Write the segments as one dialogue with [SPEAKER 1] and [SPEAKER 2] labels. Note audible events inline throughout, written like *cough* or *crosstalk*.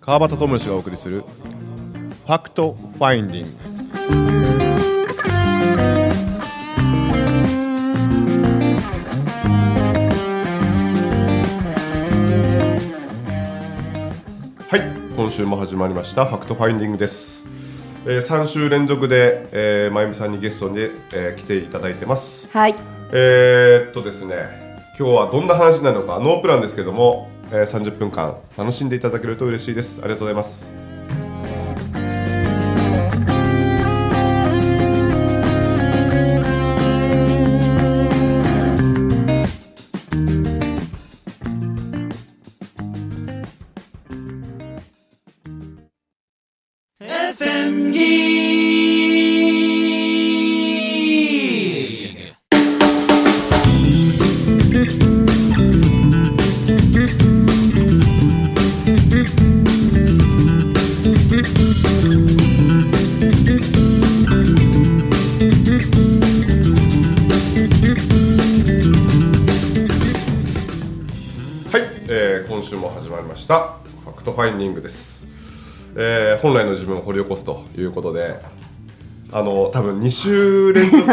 [SPEAKER 1] 川端智史がお送りするファクトファインディングはい今週も始まりましたファクトファインディングです、えー、3週連続で、えー、まゆみさんにゲストに、えー来ていただいてます
[SPEAKER 2] はい。
[SPEAKER 1] えー、っとですね今日はどんな話になるのかノープランですけども、えー、30分間楽しんでいただけると嬉しいですありがとうございますはい、えー、今週も始まりましたファクトファインディングです、えー、本来の自分を掘り起こすということであの多分2週連 *laughs* 続で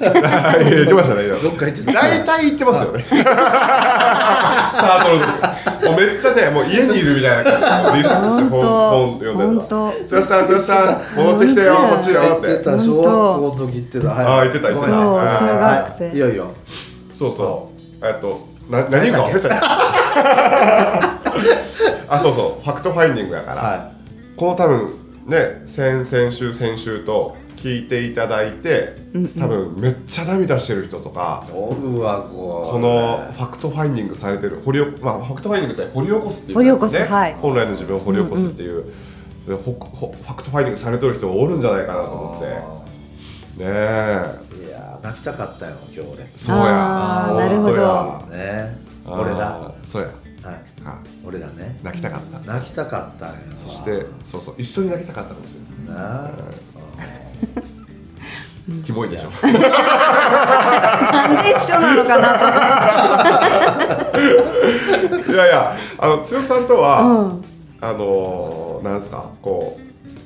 [SPEAKER 1] はい言ってましたね今
[SPEAKER 3] どっか行ってた
[SPEAKER 1] 大体言ってます *laughs* よね。スタートの時。もうめっちゃね、もう家にいるみたいな感じ。リラックス本本読んでるの。
[SPEAKER 2] 本当
[SPEAKER 1] つやさん、つやさん、戻ってきてよ、こ
[SPEAKER 2] 本
[SPEAKER 1] っち
[SPEAKER 2] 当
[SPEAKER 1] よ
[SPEAKER 3] 言っ
[SPEAKER 1] ってて。
[SPEAKER 3] た小学校の時言ってたはい
[SPEAKER 1] あー言ってた言って
[SPEAKER 2] た
[SPEAKER 3] ごめん
[SPEAKER 2] そう小学生
[SPEAKER 3] はいいよいよ
[SPEAKER 1] そうそう。えっと、な、何言うか忘れたよ。あ、そうそう、ファクトファインディングやから。
[SPEAKER 3] は
[SPEAKER 1] この多分、ね、先々週、先週と。聞いていただいて、多分めっちゃ涙してる人とか
[SPEAKER 3] い、おるわこれ
[SPEAKER 1] このファクトファインディングされてる掘り起こ、まあ、ファクトファインディングって掘り起こすっていう
[SPEAKER 2] 掘り起こすはい
[SPEAKER 1] 本来の自分を掘り起こすっていう、でほほファクトファインディングされてる人おるんじゃないかなと思ってねえ
[SPEAKER 3] いやー泣きたかったよ今日俺ね
[SPEAKER 1] そうや
[SPEAKER 2] あー
[SPEAKER 1] 本当や
[SPEAKER 2] なるほど
[SPEAKER 1] あー
[SPEAKER 3] 俺だは
[SPEAKER 1] そうや
[SPEAKER 3] い
[SPEAKER 1] あ
[SPEAKER 3] 俺だね
[SPEAKER 1] 泣きたかった
[SPEAKER 3] 泣きたかったよ
[SPEAKER 1] そしてそうそう一緒に泣きたかったかもしれないです
[SPEAKER 3] なあ
[SPEAKER 1] キモいでしょ *laughs*
[SPEAKER 2] なんで一緒なのかなと
[SPEAKER 1] *laughs*
[SPEAKER 2] 思っ
[SPEAKER 1] いやいやあの剛さんとは、
[SPEAKER 2] うん
[SPEAKER 1] あのー、なんですかこ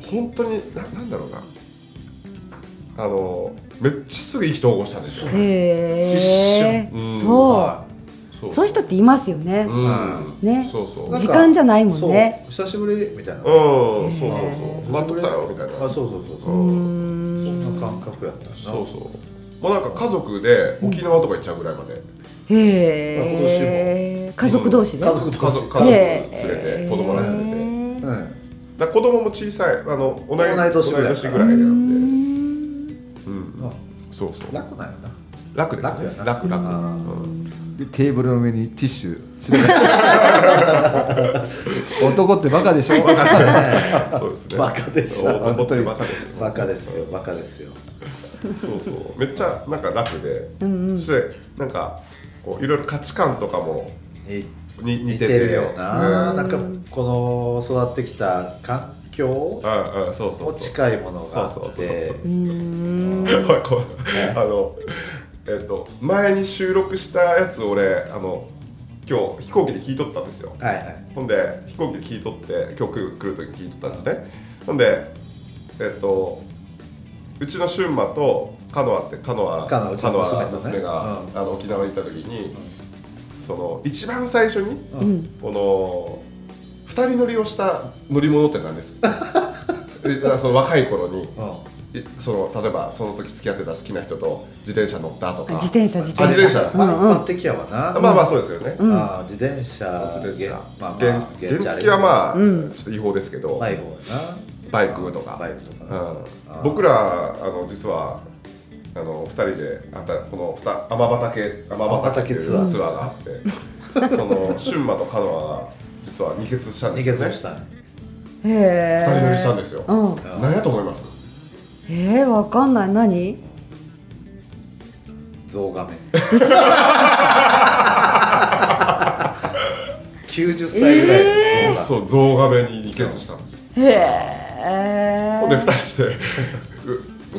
[SPEAKER 1] う本当にななんだろうなあのー、めっちゃすぐ意気投合したんですよ
[SPEAKER 2] て。へえ
[SPEAKER 1] 一緒うん。
[SPEAKER 2] そ。
[SPEAKER 3] は
[SPEAKER 1] そう
[SPEAKER 2] そういう人っていますよね。
[SPEAKER 1] うん、
[SPEAKER 2] ね
[SPEAKER 1] そうそう。う
[SPEAKER 3] い
[SPEAKER 1] ん、
[SPEAKER 3] なんか
[SPEAKER 1] そう
[SPEAKER 2] 時間じゃないもんね
[SPEAKER 3] そう久しぶりみたいな
[SPEAKER 1] そうそう。待っとったよみたいな。
[SPEAKER 3] あそうそうそうそうそんな感覚やったな
[SPEAKER 1] そうそう。もうなんか家族で沖縄とか行っちゃうぐらいまで、
[SPEAKER 2] へえ。家族同士で。
[SPEAKER 3] 家族
[SPEAKER 1] 家族
[SPEAKER 3] 同
[SPEAKER 1] 家族
[SPEAKER 3] 士
[SPEAKER 1] 連れて子供ら連れて。
[SPEAKER 2] れ
[SPEAKER 3] う
[SPEAKER 2] て。
[SPEAKER 3] ん
[SPEAKER 1] だから子供も小さいあの同い
[SPEAKER 3] 同い年ぐらい
[SPEAKER 1] 同ぐらいなんで。うん。
[SPEAKER 3] ま
[SPEAKER 1] そうそう
[SPEAKER 3] あ。楽なんよな
[SPEAKER 1] 楽ですね。楽楽
[SPEAKER 3] 楽やな
[SPEAKER 1] うん。
[SPEAKER 4] でテーブルの上にティッシュ *laughs* 散らかして男ってバカでしょ
[SPEAKER 1] そうですね。
[SPEAKER 3] バカでしょ
[SPEAKER 1] 本当にバカです。
[SPEAKER 3] バカですよバカですよ
[SPEAKER 1] そうそうめっちゃなんか楽で、そしてなんかこういろいろ価値観とかも
[SPEAKER 3] に
[SPEAKER 1] に似
[SPEAKER 3] 似
[SPEAKER 1] て
[SPEAKER 3] て
[SPEAKER 1] て
[SPEAKER 3] るよな、
[SPEAKER 1] うん
[SPEAKER 3] なんかこの育ってきた環境
[SPEAKER 1] うんうんそうそう
[SPEAKER 3] も
[SPEAKER 1] そう
[SPEAKER 3] 近いものがあって
[SPEAKER 1] そうそうそうそう
[SPEAKER 2] うーん。
[SPEAKER 1] おいこうあのえっ、と前に収録したやつ俺あの今日飛行機で聞いとったんですよ
[SPEAKER 3] はいはい
[SPEAKER 1] ほんで飛行機で聞いとって今日来る来る時聞いとったんですねほんでえっ、とうちの俊馬とカノアってカノア
[SPEAKER 3] カノアうちの娘とね
[SPEAKER 1] 娘が、
[SPEAKER 3] う
[SPEAKER 1] あの沖縄に行った時に、その一番最初に、
[SPEAKER 3] う
[SPEAKER 1] この二人乗りをした乗り物って何です
[SPEAKER 3] *laughs*
[SPEAKER 1] えだからその若い頃に
[SPEAKER 3] うん
[SPEAKER 1] いその例えばその時付き合ってた好きな人と自転車乗ったと
[SPEAKER 2] あ
[SPEAKER 1] か
[SPEAKER 2] 自転車自
[SPEAKER 1] あ
[SPEAKER 2] 転
[SPEAKER 1] 自転
[SPEAKER 2] 車。
[SPEAKER 3] ま
[SPEAKER 1] 車
[SPEAKER 2] うんうん
[SPEAKER 3] あ一般的やわな、
[SPEAKER 1] まあまあそうですよね、
[SPEAKER 2] ん
[SPEAKER 3] あー自転車
[SPEAKER 1] そう自転車
[SPEAKER 3] げまあまあ
[SPEAKER 1] 原原付きはまあ、
[SPEAKER 2] うん
[SPEAKER 1] ちょっと違法ですけど、
[SPEAKER 3] あ迷子やな
[SPEAKER 1] バイクとか
[SPEAKER 3] バイクとか
[SPEAKER 1] う
[SPEAKER 3] な、
[SPEAKER 1] ん、僕らあの実はあの2人であたこのふた天畑天畑っていうツ
[SPEAKER 3] 天
[SPEAKER 1] ア
[SPEAKER 3] 畑
[SPEAKER 1] ーがあっ
[SPEAKER 3] *laughs*
[SPEAKER 1] てその春馬とカノアが実は二欠したん
[SPEAKER 3] 逃
[SPEAKER 1] で
[SPEAKER 3] げ
[SPEAKER 1] す
[SPEAKER 3] ず
[SPEAKER 1] よ
[SPEAKER 3] に
[SPEAKER 1] ね
[SPEAKER 3] したんや
[SPEAKER 2] へえ。
[SPEAKER 1] 二人乗りしたんですよ、
[SPEAKER 2] う
[SPEAKER 3] う
[SPEAKER 2] ん。
[SPEAKER 3] ん
[SPEAKER 1] 何やと思います
[SPEAKER 2] ええわかんない何？
[SPEAKER 3] 象画 *laughs* 面90歳ぐらいの象が、
[SPEAKER 1] そう象画面に二欠したんですよ
[SPEAKER 2] へえ。
[SPEAKER 1] ほんで2人して「う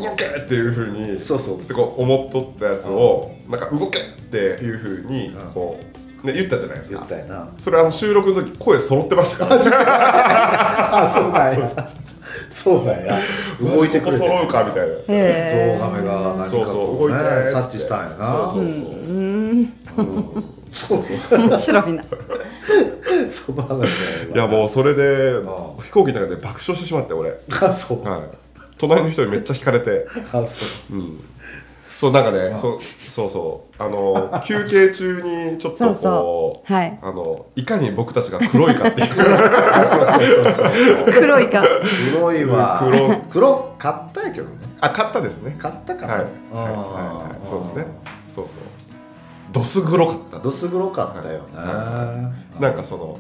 [SPEAKER 1] 動け!」っていうふうに
[SPEAKER 3] そうそう
[SPEAKER 1] ってこう思っとったやつをなんか動けっていうふうにこうね、言ったじゃないです
[SPEAKER 3] 言っ
[SPEAKER 1] か
[SPEAKER 3] たよな
[SPEAKER 1] それあの収録の時声揃ってましたから、
[SPEAKER 3] あそうなんやそうなんや動いてくれ
[SPEAKER 1] ここ
[SPEAKER 3] て
[SPEAKER 1] 揃うかみたいな
[SPEAKER 2] へ
[SPEAKER 3] ゾウガメが何か
[SPEAKER 1] そうそ
[SPEAKER 3] こ
[SPEAKER 1] う
[SPEAKER 3] う
[SPEAKER 1] 動いて
[SPEAKER 3] ね
[SPEAKER 1] ーっつって
[SPEAKER 3] 察知したんやな
[SPEAKER 1] そうそう
[SPEAKER 3] そうそう
[SPEAKER 2] え面 *laughs* 白いな
[SPEAKER 3] その話はい
[SPEAKER 1] やもうそれで
[SPEAKER 3] あ
[SPEAKER 1] 飛行機の中で爆笑してしまって俺、
[SPEAKER 3] あそうあ
[SPEAKER 1] はい、隣の人にめっちゃ惹かれて
[SPEAKER 3] そう
[SPEAKER 1] そうなんかねそうそうそうあの休憩中にちょっと
[SPEAKER 2] そう
[SPEAKER 1] こ
[SPEAKER 2] そううはい
[SPEAKER 1] あのいかに僕たちが黒いかっていう
[SPEAKER 3] あそうそうそうそう
[SPEAKER 2] 黒いか
[SPEAKER 3] 黒いわ
[SPEAKER 1] 黒
[SPEAKER 3] 黒買ったやけどね
[SPEAKER 1] あ買ったですね
[SPEAKER 3] 買ったかな
[SPEAKER 1] は
[SPEAKER 3] い
[SPEAKER 1] はいはいはいそうですねそうそうドス黒かった
[SPEAKER 3] ドス黒かったよね、
[SPEAKER 1] なんかその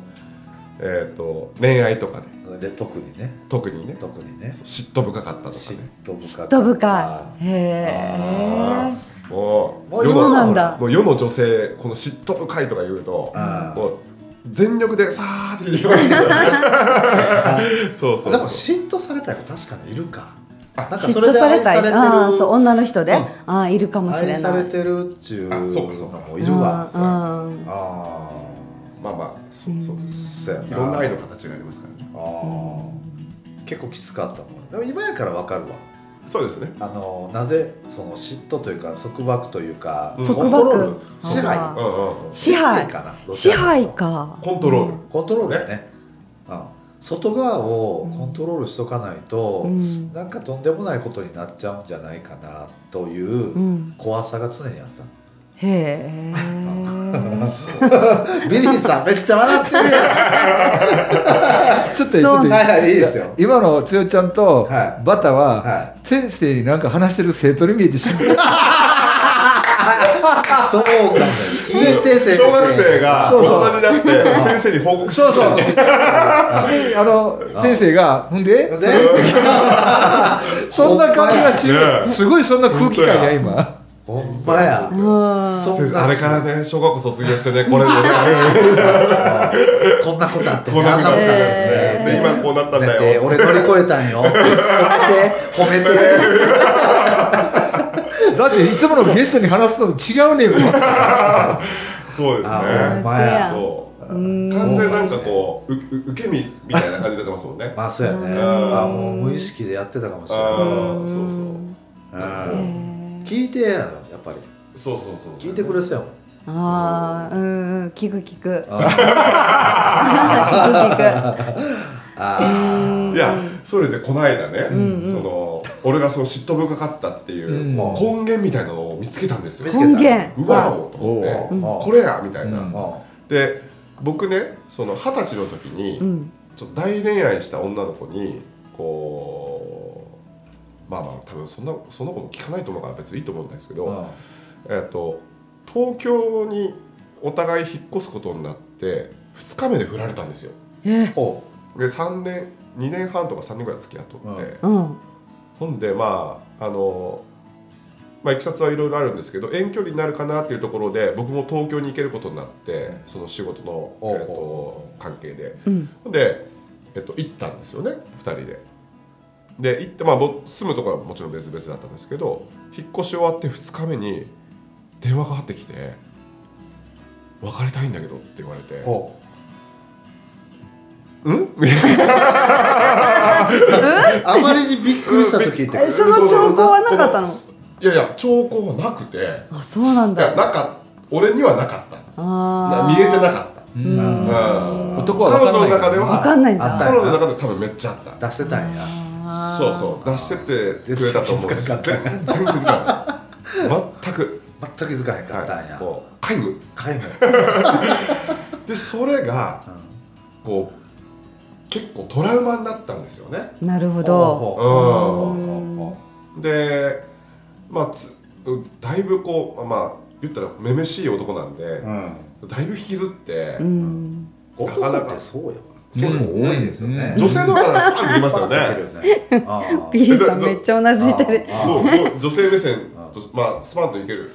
[SPEAKER 1] えっ、と恋愛とかで
[SPEAKER 3] で特にね
[SPEAKER 1] 特にね
[SPEAKER 3] 特にね
[SPEAKER 1] 嫉妬深かったとか
[SPEAKER 3] 嫉
[SPEAKER 1] ね
[SPEAKER 3] 妬深かった
[SPEAKER 2] と深いへ
[SPEAKER 3] あ
[SPEAKER 2] え
[SPEAKER 1] もう
[SPEAKER 3] もう
[SPEAKER 1] 世
[SPEAKER 2] そう
[SPEAKER 1] の
[SPEAKER 2] なんだ
[SPEAKER 1] もう世の女性この嫉妬深いとか言うと
[SPEAKER 3] あー
[SPEAKER 1] もう全力でさーって言いますねそうそうそう
[SPEAKER 3] でも嫉妬されたい子確かにいるかなんか
[SPEAKER 2] 嫉
[SPEAKER 3] それ
[SPEAKER 2] 妬
[SPEAKER 3] で
[SPEAKER 2] され
[SPEAKER 3] 愛
[SPEAKER 2] た
[SPEAKER 3] され
[SPEAKER 2] い
[SPEAKER 3] てる
[SPEAKER 2] ああそう女の人で
[SPEAKER 3] うん
[SPEAKER 2] ああいるかもしれ
[SPEAKER 3] 愛さ
[SPEAKER 2] な
[SPEAKER 3] れ
[SPEAKER 2] い
[SPEAKER 3] てるっちゅうの
[SPEAKER 1] あそうかそうか
[SPEAKER 3] もいるわ
[SPEAKER 2] う
[SPEAKER 3] それあ
[SPEAKER 2] んうん
[SPEAKER 3] あ
[SPEAKER 1] まあまあそうそうです
[SPEAKER 3] そうやない
[SPEAKER 1] ろんな愛の形がありますからね
[SPEAKER 3] あー結構きつかったもんでも今やからわかるわ
[SPEAKER 1] そうですね
[SPEAKER 3] あのなぜその嫉妬というか束縛というか、
[SPEAKER 1] うん
[SPEAKER 3] コントロール
[SPEAKER 2] 束縛
[SPEAKER 3] 支配
[SPEAKER 1] うんうんうん
[SPEAKER 2] 支配
[SPEAKER 3] かな
[SPEAKER 2] 支配か
[SPEAKER 1] コントロール
[SPEAKER 3] コントロールやね、うん、外側をコントロールしとかないと、
[SPEAKER 2] うん
[SPEAKER 3] なんかとんでもないことになっちゃうんじゃないかなといううん怖さが常にあった、
[SPEAKER 2] へえ
[SPEAKER 3] ビリーさんめっちゃ笑ってるよ
[SPEAKER 4] ちょっとち
[SPEAKER 2] そう
[SPEAKER 4] ょっと
[SPEAKER 3] はいはいいいですよ
[SPEAKER 4] 今のつよちゃんと
[SPEAKER 3] は
[SPEAKER 4] バタ
[SPEAKER 3] は
[SPEAKER 4] は *laughs* 先生になんか話してる生徒に見えてしまう
[SPEAKER 3] そうかもね定性
[SPEAKER 1] 小学生が
[SPEAKER 4] そうそう
[SPEAKER 1] 大人になって先生に報告し
[SPEAKER 4] そう
[SPEAKER 1] て
[SPEAKER 4] *laughs* そうであの先生がほんで
[SPEAKER 3] で
[SPEAKER 4] そんな感じがし
[SPEAKER 1] ねえ
[SPEAKER 4] すごいそんな空気感
[SPEAKER 1] 本当
[SPEAKER 4] や
[SPEAKER 1] や
[SPEAKER 4] 今
[SPEAKER 3] ほんまや
[SPEAKER 2] う
[SPEAKER 3] *laughs*
[SPEAKER 2] ん
[SPEAKER 3] そ
[SPEAKER 1] 先
[SPEAKER 3] ん
[SPEAKER 1] 生
[SPEAKER 3] な
[SPEAKER 1] あれからね小学校卒業してねこれでね *laughs* あれ
[SPEAKER 3] こんなことあって
[SPEAKER 1] こ
[SPEAKER 3] ね
[SPEAKER 1] んな
[SPEAKER 3] あ
[SPEAKER 1] こ
[SPEAKER 3] ん
[SPEAKER 1] と
[SPEAKER 3] なことあ
[SPEAKER 1] あった
[SPEAKER 3] って
[SPEAKER 1] んだよね
[SPEAKER 3] ね
[SPEAKER 1] で今こうなったんだ
[SPEAKER 3] 褒めて
[SPEAKER 1] よ
[SPEAKER 3] 俺乗り越えたん
[SPEAKER 1] *laughs*
[SPEAKER 3] よ褒めて褒めて
[SPEAKER 4] だっていつものゲストに話すのと違うねんもん
[SPEAKER 1] そうです
[SPEAKER 3] あほん
[SPEAKER 1] ね
[SPEAKER 3] まや
[SPEAKER 1] そう完全なんかこううう受け身みたいな感じになってますもんね
[SPEAKER 3] まあそうやね
[SPEAKER 1] ん
[SPEAKER 3] まあもう無意識でやってたかもしれない
[SPEAKER 1] ああそ
[SPEAKER 3] う
[SPEAKER 1] う
[SPEAKER 2] へ
[SPEAKER 3] ん
[SPEAKER 2] え
[SPEAKER 3] 聞いてやろやっぱり
[SPEAKER 1] そうそうそうそ
[SPEAKER 3] 聞
[SPEAKER 1] う
[SPEAKER 3] いてくれそうやもん
[SPEAKER 2] ああうんうん聞く聞く聞く聞く
[SPEAKER 3] あ
[SPEAKER 1] いやそれでこの間ね、その俺がその嫉妬深かったっていう、
[SPEAKER 4] うん
[SPEAKER 1] 根源みたいなのを見つけたんですよ
[SPEAKER 3] 見つ。
[SPEAKER 2] 根源
[SPEAKER 1] うわおと思っ
[SPEAKER 3] う
[SPEAKER 1] て、
[SPEAKER 3] ん
[SPEAKER 1] これやみたいな。
[SPEAKER 4] うん
[SPEAKER 3] あ
[SPEAKER 1] で僕ねその二十歳の時に、
[SPEAKER 2] うん
[SPEAKER 1] ちょっと大恋愛した女の子にこうまあまあ多分そんなその子も聞かないと思うから別にいいと思うんですけど、えっと東京にお互い引っ越すことになって2日目で振られたんですよ。
[SPEAKER 2] え
[SPEAKER 3] ほ
[SPEAKER 1] で3年2年半とか3年ぐらい付き合っとって。
[SPEAKER 3] うん
[SPEAKER 2] うん
[SPEAKER 1] ほんでまああのまあいきさつはいろいろあるんですけど遠距離になるかなっていうところで僕も東京に行けることになってその仕事の、
[SPEAKER 3] おうおう
[SPEAKER 1] えっと関係で
[SPEAKER 2] うん
[SPEAKER 1] ほんで、えっと、行ったんですよね2人で。で行ってまあぼ住むところはもちろん別々だったんですけど引っ越し終わって2日目に電話がかかってきて「別れたいんだけど」って言われて
[SPEAKER 3] うほ
[SPEAKER 1] 「うん?」みたいな
[SPEAKER 3] うあまりにびっくりした時って
[SPEAKER 2] えその兆候はなかったの
[SPEAKER 1] いやいや兆候はなくていや
[SPEAKER 2] あそうなん
[SPEAKER 1] な
[SPEAKER 2] だ
[SPEAKER 1] か俺にはなかったんです
[SPEAKER 2] あ
[SPEAKER 1] な
[SPEAKER 2] あ
[SPEAKER 1] 見えてなかった
[SPEAKER 4] うん
[SPEAKER 1] うん
[SPEAKER 4] 男は分
[SPEAKER 1] 彼女の
[SPEAKER 4] か
[SPEAKER 1] 中
[SPEAKER 4] らない
[SPEAKER 1] では
[SPEAKER 2] わかんないん
[SPEAKER 3] あった
[SPEAKER 2] だ
[SPEAKER 1] 彼女の中で多分めっちゃあった
[SPEAKER 3] 出してたんや
[SPEAKER 1] そうそう出してってくれたと思うし
[SPEAKER 3] 全然気づか
[SPEAKER 1] 全然気づかない全く
[SPEAKER 3] 全く気づかへんかったん
[SPEAKER 1] はい
[SPEAKER 3] や
[SPEAKER 1] もう皆無
[SPEAKER 3] 皆無
[SPEAKER 1] *laughs* でそれがこう結構トラウマになったんですよね
[SPEAKER 2] なるほど
[SPEAKER 1] う
[SPEAKER 2] うん
[SPEAKER 1] んでまあつだいぶこうまあ言ったらめめしい男なんで
[SPEAKER 3] うん
[SPEAKER 1] だいぶ引きずって
[SPEAKER 2] うん
[SPEAKER 3] 男ってそうやわ
[SPEAKER 1] そうです
[SPEAKER 3] 多いですよね
[SPEAKER 1] 女性の方がスパンと言います
[SPEAKER 3] パ
[SPEAKER 1] よ
[SPEAKER 3] ッ
[SPEAKER 1] ね
[SPEAKER 3] といけるよねあ
[SPEAKER 2] *laughs*
[SPEAKER 3] ー
[SPEAKER 2] ビリーさんめっちゃうなずいてる
[SPEAKER 3] あー
[SPEAKER 1] どうどう女性目線
[SPEAKER 3] あ
[SPEAKER 1] とまあスパンといける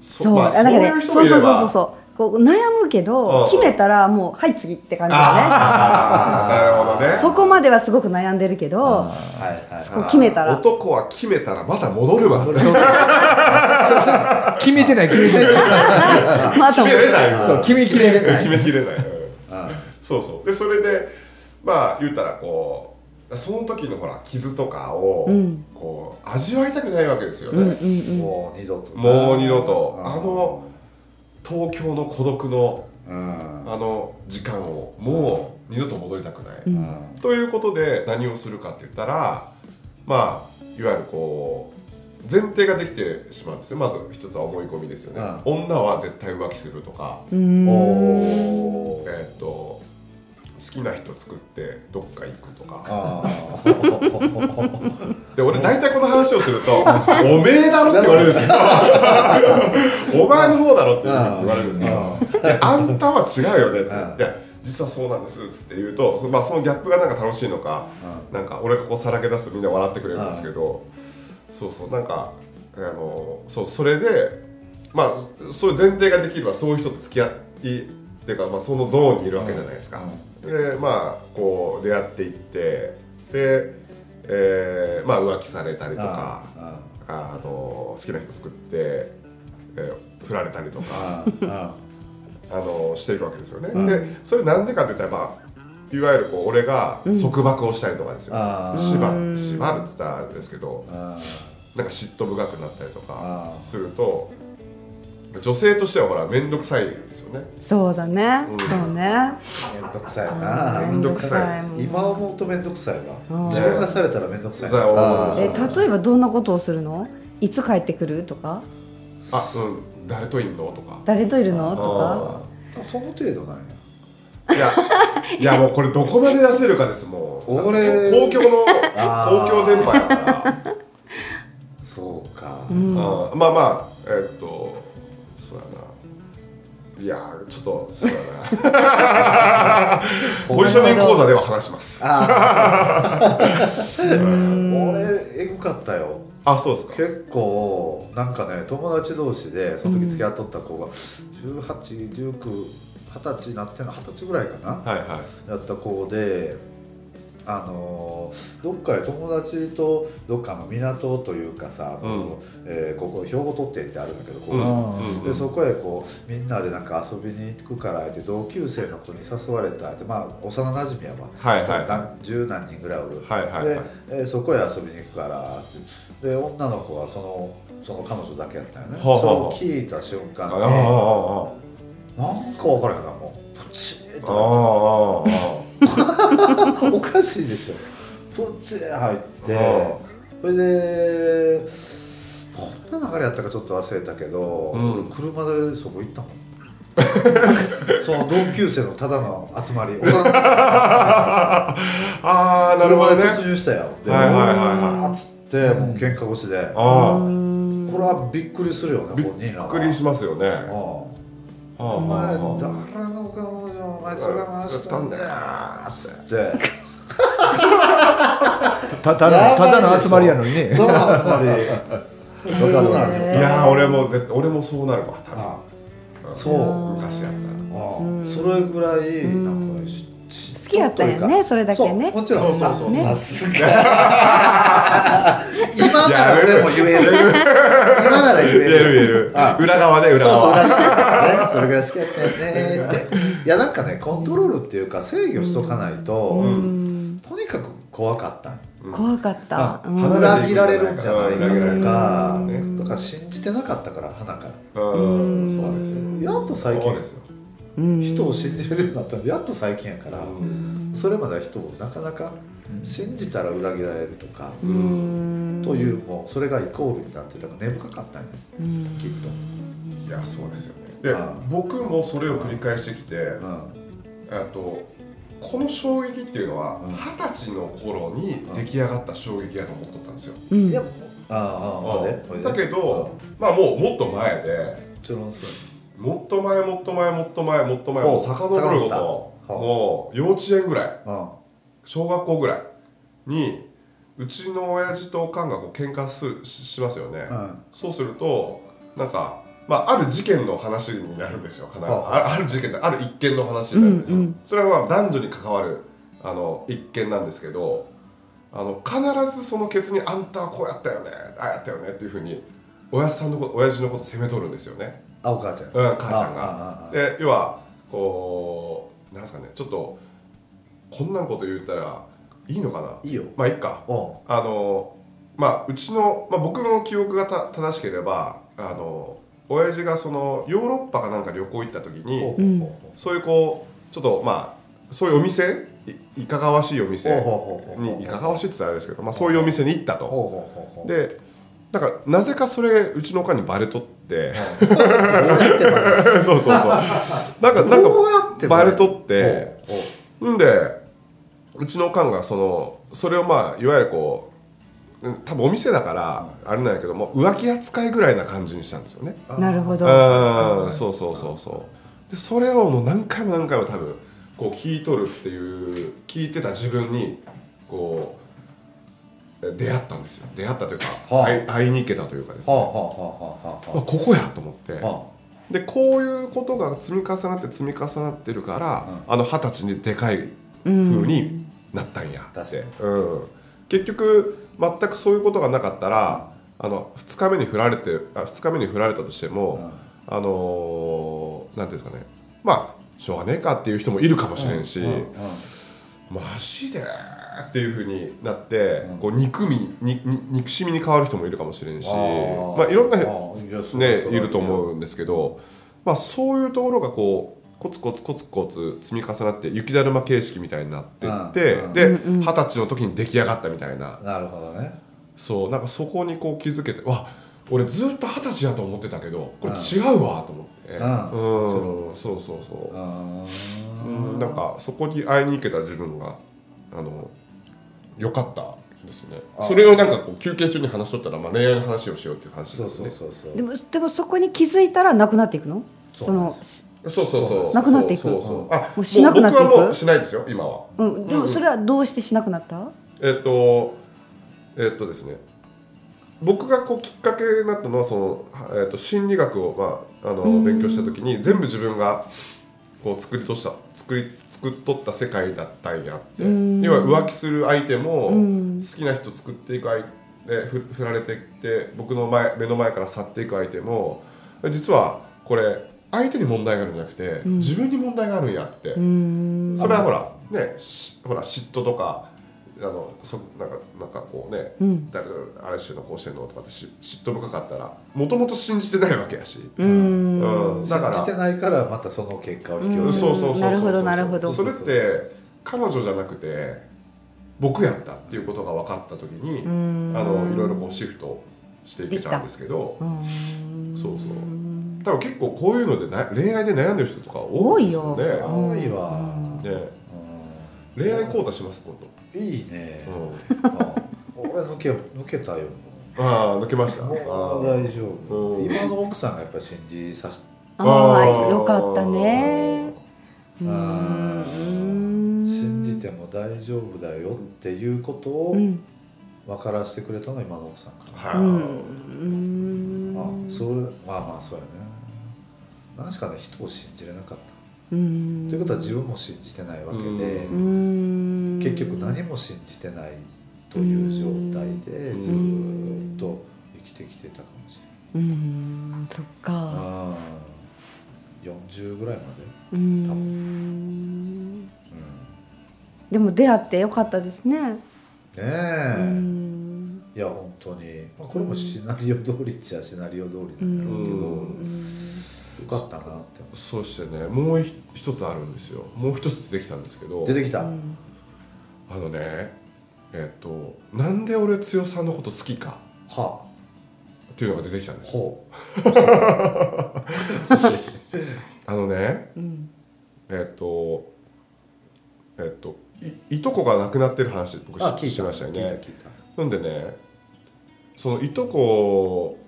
[SPEAKER 1] そ
[SPEAKER 2] そう
[SPEAKER 1] ま
[SPEAKER 2] あ
[SPEAKER 1] あ
[SPEAKER 2] なん
[SPEAKER 1] *laughs*
[SPEAKER 2] か
[SPEAKER 1] そうい
[SPEAKER 2] ね
[SPEAKER 1] う人もいれ
[SPEAKER 2] そうそう
[SPEAKER 1] ば
[SPEAKER 2] そうそうそうこう悩むけ
[SPEAKER 1] うん
[SPEAKER 2] ど決めたらもうはい次って感じだね
[SPEAKER 1] あーなるほどね
[SPEAKER 2] *laughs* そこまではすごく悩んでるけど
[SPEAKER 4] あ
[SPEAKER 3] はいはい
[SPEAKER 2] そこ決めたら
[SPEAKER 1] 男は決めたらまた戻るわ決
[SPEAKER 4] ー決めてない決めてない
[SPEAKER 2] また
[SPEAKER 1] めれないもん
[SPEAKER 4] そう決めきれない
[SPEAKER 1] 決めきれない
[SPEAKER 3] あ
[SPEAKER 1] そうそうでそれでまあ言ったらこうその時のほら傷とかを、
[SPEAKER 2] うん
[SPEAKER 1] こう味わいたくないわけですよ
[SPEAKER 2] うんうん
[SPEAKER 1] ね、
[SPEAKER 2] うん
[SPEAKER 3] もう二度と
[SPEAKER 1] もう二度とあの東京の孤独の
[SPEAKER 3] うん
[SPEAKER 1] あの時間をもう二度と戻りたくない、
[SPEAKER 3] う
[SPEAKER 2] う
[SPEAKER 3] んん
[SPEAKER 1] ということで何をするかって言ったらまあいわゆるこう前提ができてしまうんですよまず一つは思い込みですよね、女は絶対浮気するとか、
[SPEAKER 2] うーん
[SPEAKER 3] おー
[SPEAKER 1] えーっと好きな人作ってどっか行くとか
[SPEAKER 3] あ
[SPEAKER 1] で俺大体この話をする *laughs* と「おめえだろ」って言われるんです *laughs* よお前の方だろって言われるんですけどいやあんたは違うよねって
[SPEAKER 3] うん
[SPEAKER 1] いや実はそうなんですって言うとそ,、まあ、そのギャップがなんか楽しいのかなんか俺がこうさらけ出すとみんな笑ってくれるんですけどそうそうなんかあのそうそれでまあそういう前提ができればそういう人と付き合いっていうか、まあ、そのゾーンにいるわけじゃないですか。でまあこう出会っていってで、えーまあ、浮気されたりとかあの好きな人作って、えー振られたりとか。あのしていくわけですよね。
[SPEAKER 3] うん
[SPEAKER 1] でそれなんでかって言ったら、まあ、いわゆるこう俺が束縛をしたりとかですよ、
[SPEAKER 3] あー
[SPEAKER 1] 縛
[SPEAKER 2] うん
[SPEAKER 1] 縛るって言ったらあれですけどなんか嫉妬深くなったりとか
[SPEAKER 3] あー
[SPEAKER 1] すると女性としてはほら面倒くさいですよね。
[SPEAKER 2] そうだね
[SPEAKER 1] うん
[SPEAKER 2] そうね
[SPEAKER 3] めんどくさい
[SPEAKER 1] め
[SPEAKER 3] なん
[SPEAKER 1] どくさい
[SPEAKER 2] めんどく
[SPEAKER 3] 今思うとめんどくさいわ
[SPEAKER 2] うん
[SPEAKER 3] 自分がされたらめんどくさい
[SPEAKER 1] ざ
[SPEAKER 3] な
[SPEAKER 1] わざわざ
[SPEAKER 2] え例えばどんなことをするのいつ帰ってくるとか
[SPEAKER 1] あうん誰といんのとか。
[SPEAKER 2] 誰といるのとか
[SPEAKER 1] あ
[SPEAKER 3] その程度なんや
[SPEAKER 1] ーいやいやもうこれどこまで出せるかですもう
[SPEAKER 3] 俺
[SPEAKER 1] 公共の公
[SPEAKER 3] あー
[SPEAKER 1] 共電波やから。
[SPEAKER 3] そうか
[SPEAKER 2] うん
[SPEAKER 1] あーまあまあえーっとそうやないやーちょっとそうやな
[SPEAKER 3] *laughs*
[SPEAKER 1] ポジショニング講座では話しますあ
[SPEAKER 3] あー俺えぐかったよ
[SPEAKER 1] そうですか
[SPEAKER 3] 結構なんかね友達同士でその時付き合っとった子が181920歳になってんの二十歳ぐらいかな
[SPEAKER 1] はいは
[SPEAKER 3] やった子であのーどっかへ友達とどっかの港というかさ、
[SPEAKER 1] うん
[SPEAKER 3] えーここ兵庫取ってってあるんだけどここ、
[SPEAKER 1] うん
[SPEAKER 4] うん
[SPEAKER 3] でそこへこうみんなでなんか遊びに行くからって同級生の子に誘われたってまあ幼なじみやわ
[SPEAKER 1] はいはい
[SPEAKER 3] なん十何人ぐらいおる、
[SPEAKER 1] はいはいはい
[SPEAKER 3] で、えーそこへ遊びに行くからってで女の子はそのその彼女だけやったよね、
[SPEAKER 1] はあはあはあ
[SPEAKER 3] それを聞いた瞬間
[SPEAKER 1] あ
[SPEAKER 3] に
[SPEAKER 1] ああああ
[SPEAKER 3] なんか分からへんなもうプチー
[SPEAKER 1] ああ
[SPEAKER 3] と
[SPEAKER 1] あ
[SPEAKER 3] *laughs* おかしいでしょプチー入って
[SPEAKER 1] は
[SPEAKER 3] それでどんな流れやったかちょっと忘れたけど、
[SPEAKER 1] うん
[SPEAKER 3] 車でそこ行ったもん *laughs* その同級生のただの集
[SPEAKER 1] *laughs*
[SPEAKER 3] まり大人の集ま
[SPEAKER 1] ああー
[SPEAKER 3] り
[SPEAKER 1] なるほどね
[SPEAKER 3] 車で突入したよで
[SPEAKER 1] はいはいはい
[SPEAKER 3] わー
[SPEAKER 1] は
[SPEAKER 3] っ
[SPEAKER 1] い
[SPEAKER 3] つってもう喧嘩腰で、
[SPEAKER 1] あ
[SPEAKER 3] これはびっくりするよね
[SPEAKER 1] あび
[SPEAKER 3] 本人ら
[SPEAKER 1] っ
[SPEAKER 3] は
[SPEAKER 1] くりしますよね
[SPEAKER 3] うん
[SPEAKER 1] ああ
[SPEAKER 3] お前誰の
[SPEAKER 1] あ
[SPEAKER 3] 彼女お前それ回したんだよっつって
[SPEAKER 4] たただのただの集まりやのにね
[SPEAKER 3] どうなんつま
[SPEAKER 1] *laughs*
[SPEAKER 3] りそう
[SPEAKER 4] わ
[SPEAKER 3] な
[SPEAKER 4] か
[SPEAKER 3] る
[SPEAKER 4] る
[SPEAKER 1] あいやー俺も絶対俺もそうなるわ多分
[SPEAKER 3] あ
[SPEAKER 1] うん
[SPEAKER 3] そう
[SPEAKER 1] 昔やったら
[SPEAKER 3] あそれぐらいなんかしし
[SPEAKER 2] 好きやったんやねそれだけね
[SPEAKER 3] そうもちろん
[SPEAKER 1] そうそうそうね
[SPEAKER 3] さ
[SPEAKER 1] *laughs*
[SPEAKER 3] すが今なら俺も言える今なら言え
[SPEAKER 1] 言える言える
[SPEAKER 3] あ
[SPEAKER 1] 裏側で
[SPEAKER 3] そう
[SPEAKER 1] 裏
[SPEAKER 3] そうだ
[SPEAKER 1] 側
[SPEAKER 3] からねそれぐらい好きやったよねっていやなんかねコントロールっていうか制御しとかないと、
[SPEAKER 2] うん
[SPEAKER 3] とにかく怖かった
[SPEAKER 1] うん
[SPEAKER 2] 怖かった
[SPEAKER 3] あ
[SPEAKER 2] うん
[SPEAKER 1] 離
[SPEAKER 3] 裏切られるんじゃないかとか、
[SPEAKER 1] 裏切られるん
[SPEAKER 3] とか信じてなかったから花から
[SPEAKER 1] うんそうですよ
[SPEAKER 3] やっと最
[SPEAKER 1] そうです
[SPEAKER 3] 近
[SPEAKER 1] よ
[SPEAKER 2] うん
[SPEAKER 3] 人を信じれるようになったのやっと最近やから、
[SPEAKER 1] うん
[SPEAKER 3] それまでは人をなかなか信じたら裏切られるとか、
[SPEAKER 2] うん
[SPEAKER 3] というもうそれがイコールになってたから根深かったんや
[SPEAKER 2] うん
[SPEAKER 3] きっと、
[SPEAKER 1] いやそうですよねで
[SPEAKER 3] ああ
[SPEAKER 1] 僕もそれを繰り返してきて
[SPEAKER 3] うん
[SPEAKER 1] あとこの衝撃っていうのは
[SPEAKER 3] うん
[SPEAKER 1] 二十歳の頃に出来上がった衝撃やと思っとったんですよ、
[SPEAKER 2] うん
[SPEAKER 3] いやもうああああ
[SPEAKER 1] うんだけど、まあもうもっと前で
[SPEAKER 3] ちょろんそう
[SPEAKER 1] もっと前もっと前もっと前もっと前
[SPEAKER 3] ほう
[SPEAKER 1] もう遡ること
[SPEAKER 3] 遡った
[SPEAKER 1] もう幼稚園ぐらい
[SPEAKER 3] あ
[SPEAKER 1] 小学校ぐらいにうちの親父とおかんがこう喧嘩するししますよね、
[SPEAKER 3] あうん
[SPEAKER 1] そうするとなんか、まあ、ある事件の話になるんですよ必ず
[SPEAKER 3] は
[SPEAKER 1] あある事件である一件の話になるんですよ、
[SPEAKER 2] うんうん
[SPEAKER 1] それはまあ男女に関わるあの一件なんですけどあの必ずそのケツに「あんたはこうやったよねああやったよね」っていうふうに親父さんのこと親父のこと責めとるんですよね、
[SPEAKER 3] あお母ちゃん
[SPEAKER 1] うん、母ちゃんが。
[SPEAKER 3] が
[SPEAKER 1] で要はこうなんですかねちょっとこんなこと言ったらいいのかない
[SPEAKER 3] いよ
[SPEAKER 1] まあいっか
[SPEAKER 3] お
[SPEAKER 1] あのまあうちの、まあ、僕の記憶がた正しければあの親父がそのヨーロッパかなんか旅行行った時に
[SPEAKER 2] うん
[SPEAKER 1] そういうこうちょっとまあそういうお店いいかがわしいお店に
[SPEAKER 3] に
[SPEAKER 1] いかがわしいって言ったらあれですけど、まあ、そういうお店に行ったと。
[SPEAKER 3] ほうほうほうほう *laughs*
[SPEAKER 1] でなんかなぜかそれうちのおかんにバレ
[SPEAKER 3] *laughs*
[SPEAKER 1] とって *laughs*
[SPEAKER 3] どうやってバレる
[SPEAKER 1] そうそうそうなんかなんか
[SPEAKER 3] どうやって
[SPEAKER 1] バ
[SPEAKER 3] バレる
[SPEAKER 1] レとって
[SPEAKER 3] ほうほうん
[SPEAKER 1] でうちのおかんがそのそれをまあいわゆるこううん多分お店だからあれなんやけども浮気扱いぐらいな感じにしたんですよね
[SPEAKER 3] あー
[SPEAKER 2] なるほ
[SPEAKER 1] う
[SPEAKER 2] ど
[SPEAKER 1] んそうそうそうそうでそれをもう何回も何回も多分こう聞いとるっていう聞いてた自分にこうえ出会ったんですよ出会ったというか、
[SPEAKER 3] はあ
[SPEAKER 1] 会い会いに行けたというかですね、
[SPEAKER 3] はあはあはあはあ
[SPEAKER 1] まあ、ここやと思って、
[SPEAKER 3] は
[SPEAKER 1] でこういうことが積み重なって積み重なってるから、あの二十歳にでかい風になったんやって、うん結局全くそういうことがなかったらあの2日目に振られてあ2日目に振られたとして
[SPEAKER 3] あ
[SPEAKER 1] も、あのーなんていうんですかねまあしょうがねえかっていう人もいるかもしれんし、
[SPEAKER 3] うんうん
[SPEAKER 1] マジでっていうふうになって、
[SPEAKER 3] うん
[SPEAKER 1] こう憎みにに憎しみに変わる人もいるかもしれんし
[SPEAKER 3] あー
[SPEAKER 1] まあ、いろんな
[SPEAKER 3] あーいやそれ
[SPEAKER 1] ね
[SPEAKER 3] はそ、
[SPEAKER 1] い
[SPEAKER 3] れは
[SPEAKER 1] ると思うんですけど、まあ、そういうところがこうコツコツコツコツ積み重なって雪だるま形式みたいになってって、
[SPEAKER 3] うんうん
[SPEAKER 1] で
[SPEAKER 2] うんうん
[SPEAKER 1] 二十歳の時に出来上がったみたいな
[SPEAKER 3] なるほどね
[SPEAKER 1] そうなんかそこにこう気づけてわ俺ずっと二十歳やと思ってたけどこれ違うわと思って、
[SPEAKER 3] うん
[SPEAKER 1] うんそうそうそう
[SPEAKER 3] う、ー
[SPEAKER 1] うん
[SPEAKER 3] ん
[SPEAKER 1] なんかそこに会いに行けた自分があの良かったですね
[SPEAKER 3] あ
[SPEAKER 1] それをなんかこう休憩中に話しとったら、まあ、恋愛の話をしようっていう話
[SPEAKER 3] そうそう
[SPEAKER 1] ね
[SPEAKER 3] そうそう
[SPEAKER 2] でもでもそこに気づいたらなくなっていくの
[SPEAKER 3] そ
[SPEAKER 2] そう
[SPEAKER 3] なん
[SPEAKER 2] の
[SPEAKER 3] で
[SPEAKER 1] そうそうそう。
[SPEAKER 2] なくなっていく
[SPEAKER 1] そうそうそう
[SPEAKER 3] う
[SPEAKER 1] あ、
[SPEAKER 2] もうしなくなっていく
[SPEAKER 1] もう僕はもうしないですよ、今は。
[SPEAKER 2] うん、で
[SPEAKER 1] うんう
[SPEAKER 2] も
[SPEAKER 1] ん
[SPEAKER 2] それはどうしてしなくなった
[SPEAKER 1] えっと、えっとですね。僕がこうきっかけになったのはその、はえっと、心理学を、まあ、あ
[SPEAKER 2] う
[SPEAKER 1] の
[SPEAKER 2] ん
[SPEAKER 1] 勉強した時に全部自分がこう作りとした作り作っとった世界だったんやって
[SPEAKER 2] うん
[SPEAKER 1] 要は浮気する相手も
[SPEAKER 2] うん
[SPEAKER 1] 好きな人作っていく相手ふ振られていって僕の前目の前から去っていく相手も実はこれ相手に問題があるんじゃなくて、
[SPEAKER 2] ん
[SPEAKER 1] 自分に問題があるんやって
[SPEAKER 2] うーん
[SPEAKER 1] それはほらねしほら嫉妬とかあのそなんかなんかこうね、
[SPEAKER 2] うん
[SPEAKER 1] 誰々あれしてんのこうしてんのとかってし嫉妬深かったらもともと信じてないわけやし、
[SPEAKER 2] うーん
[SPEAKER 1] うんだから
[SPEAKER 3] 信じてないからまたその結果を引き寄せる
[SPEAKER 1] そうそうそうそう
[SPEAKER 2] なるほどなるほど
[SPEAKER 1] それって彼女じゃなくて僕やったっていうことが分かった時に
[SPEAKER 2] ん
[SPEAKER 1] あのいろいろこうシフトしていけちゃうんですけど
[SPEAKER 2] うーん
[SPEAKER 1] そうそう多分結構こういうのでな恋愛で悩んでる人とか多
[SPEAKER 2] 多
[SPEAKER 1] いで
[SPEAKER 2] い
[SPEAKER 1] すよ
[SPEAKER 2] よ
[SPEAKER 1] ね。
[SPEAKER 2] そう
[SPEAKER 3] 多いわ、
[SPEAKER 1] ね恋愛講座します今度。
[SPEAKER 3] うんいいね、
[SPEAKER 1] うん、
[SPEAKER 3] あ俺抜け抜けたよ
[SPEAKER 1] ああ抜けました。あ
[SPEAKER 3] もう
[SPEAKER 1] ー
[SPEAKER 3] 大丈夫、
[SPEAKER 1] うん
[SPEAKER 3] 今の奥さんがやっぱ信じさせ
[SPEAKER 2] ああよかったねうー
[SPEAKER 3] あ
[SPEAKER 2] んうーん
[SPEAKER 3] 信じても大丈夫だよっていうこと
[SPEAKER 2] う
[SPEAKER 3] を
[SPEAKER 2] ん
[SPEAKER 3] 分からせてくれたの今の奥さんから、
[SPEAKER 1] はい、
[SPEAKER 2] うんう
[SPEAKER 3] あ
[SPEAKER 2] ーん
[SPEAKER 3] そうまあまあそうやね何しかね人を信じれなかった、
[SPEAKER 2] うーん
[SPEAKER 3] ということは自分も信じてないわけで、
[SPEAKER 1] う
[SPEAKER 2] うーん
[SPEAKER 3] 結局何も信じてないという状態で
[SPEAKER 1] うん
[SPEAKER 3] ずーっと生きてきてたかもしれない、
[SPEAKER 2] うーんそっか
[SPEAKER 3] あー40ぐらいまで、
[SPEAKER 2] うーん
[SPEAKER 3] う
[SPEAKER 2] でも出会ってよかったですね
[SPEAKER 3] ん、ねえ
[SPEAKER 2] う、ーん
[SPEAKER 3] いや本当に、まあ、これもシナリオ通りっちゃシナリオ通り
[SPEAKER 2] う
[SPEAKER 3] なんだろうけど、
[SPEAKER 1] ん
[SPEAKER 3] よかったなって思う
[SPEAKER 1] そしてねもうひ一つあるんですよもう一つ出てきたんですけど
[SPEAKER 3] 出てきた、
[SPEAKER 2] うん
[SPEAKER 1] あのねえっとなんで俺強さんのこと好きか
[SPEAKER 3] は
[SPEAKER 1] っていうのが出てきたん
[SPEAKER 3] あ
[SPEAKER 1] ですよ
[SPEAKER 3] ほ
[SPEAKER 1] *laughs*
[SPEAKER 3] う
[SPEAKER 1] あのね
[SPEAKER 2] うん
[SPEAKER 1] えっとえっといいとこが亡くなってる話僕し
[SPEAKER 3] あ聞いた
[SPEAKER 1] しましたよ
[SPEAKER 3] 聞い
[SPEAKER 1] ね
[SPEAKER 3] た聞いた
[SPEAKER 1] なんでねそのいとこ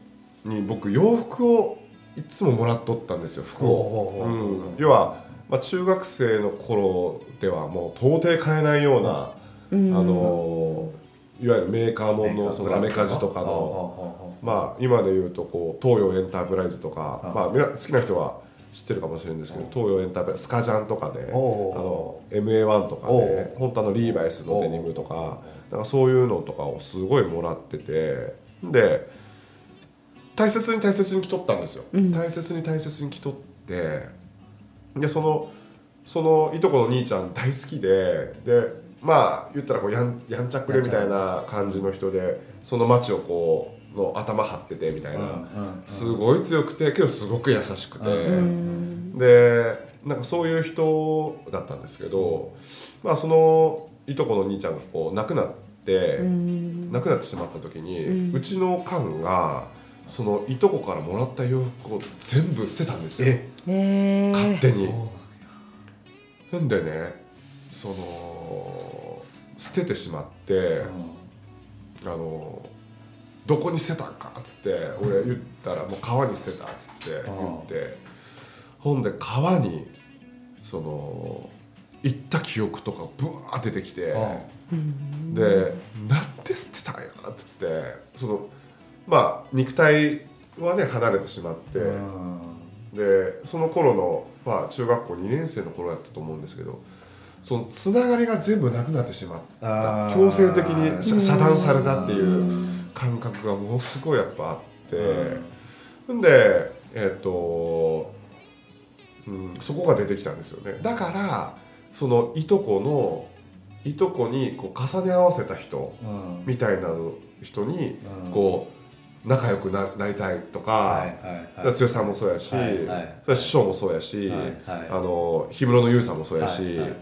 [SPEAKER 1] に僕洋服をいつももらっとったんですよ服を
[SPEAKER 3] ほうほうほうほう
[SPEAKER 1] うん要は、まあ、中学生の頃ではもう到底買えないような、
[SPEAKER 2] うん
[SPEAKER 1] あのーいわゆるメーカーもんのそのラメカジとかの
[SPEAKER 3] の
[SPEAKER 1] まあ今でいうとこう東洋エンタープライズとか
[SPEAKER 3] あ
[SPEAKER 1] まあみんな好きな人は知ってるかもしれないんですけど
[SPEAKER 3] あ
[SPEAKER 1] 東洋エンタープライズスカジャンとかねあ
[SPEAKER 3] おうおう
[SPEAKER 1] の MA1 とか
[SPEAKER 3] おう
[SPEAKER 1] ね本当あのリーバイスのデニムとかなんかそういうのとかをすごいもらっててで大切に大切に着とったんですよ、
[SPEAKER 2] うん
[SPEAKER 1] 大切に大切に着とってでそのそのいとこの兄ちゃん大好きででまあ言ったらこうやんやんちゃくれみたいな感じの人でその町をこうの頭張っててみたいな、すごい強くてけどすごく優しくて。
[SPEAKER 3] う
[SPEAKER 2] うん
[SPEAKER 1] でなんかそういう人だったんですけど、まあ、そのいとこの兄ちゃんがこう亡くなって、
[SPEAKER 2] うん
[SPEAKER 1] 亡くなってしまった時に、う
[SPEAKER 2] うん
[SPEAKER 1] ちの官がそのいとこからもらった洋服を全部捨てたんですよ
[SPEAKER 3] え
[SPEAKER 2] え
[SPEAKER 1] 勝
[SPEAKER 2] ー
[SPEAKER 1] 手
[SPEAKER 3] そう
[SPEAKER 1] に。なんでねその捨ててしまって、あのどこに捨てたんかっつって俺言ったら「もう川に捨てた」っつって言ってほんで川にその行った記憶とかブワー出てきて
[SPEAKER 2] うん
[SPEAKER 1] で「なんで捨てたんや」っつってそのまあ肉体はね離れてしまってでその頃のまあ中学校2年生の頃だったと思うんですけどそのつながりが全部なくなってしまって。強制的にし
[SPEAKER 2] う
[SPEAKER 1] ゃ
[SPEAKER 2] ん
[SPEAKER 1] 遮断されたって
[SPEAKER 2] う
[SPEAKER 1] いうん感覚がものすごいやっぱあって、
[SPEAKER 3] うん
[SPEAKER 1] ん、でえっ、と、うん、そこが出てきたんですよねだからそのいとこのいとこにこう重ね合わせた人みたいなの人にこう仲良くななりたいとか、
[SPEAKER 3] はいはい
[SPEAKER 1] 剛さんもそうやし、
[SPEAKER 3] はいはい
[SPEAKER 1] それは師匠もそうやし、
[SPEAKER 3] はいはい
[SPEAKER 1] あの氷室の優さんもそうやし、
[SPEAKER 3] はいはい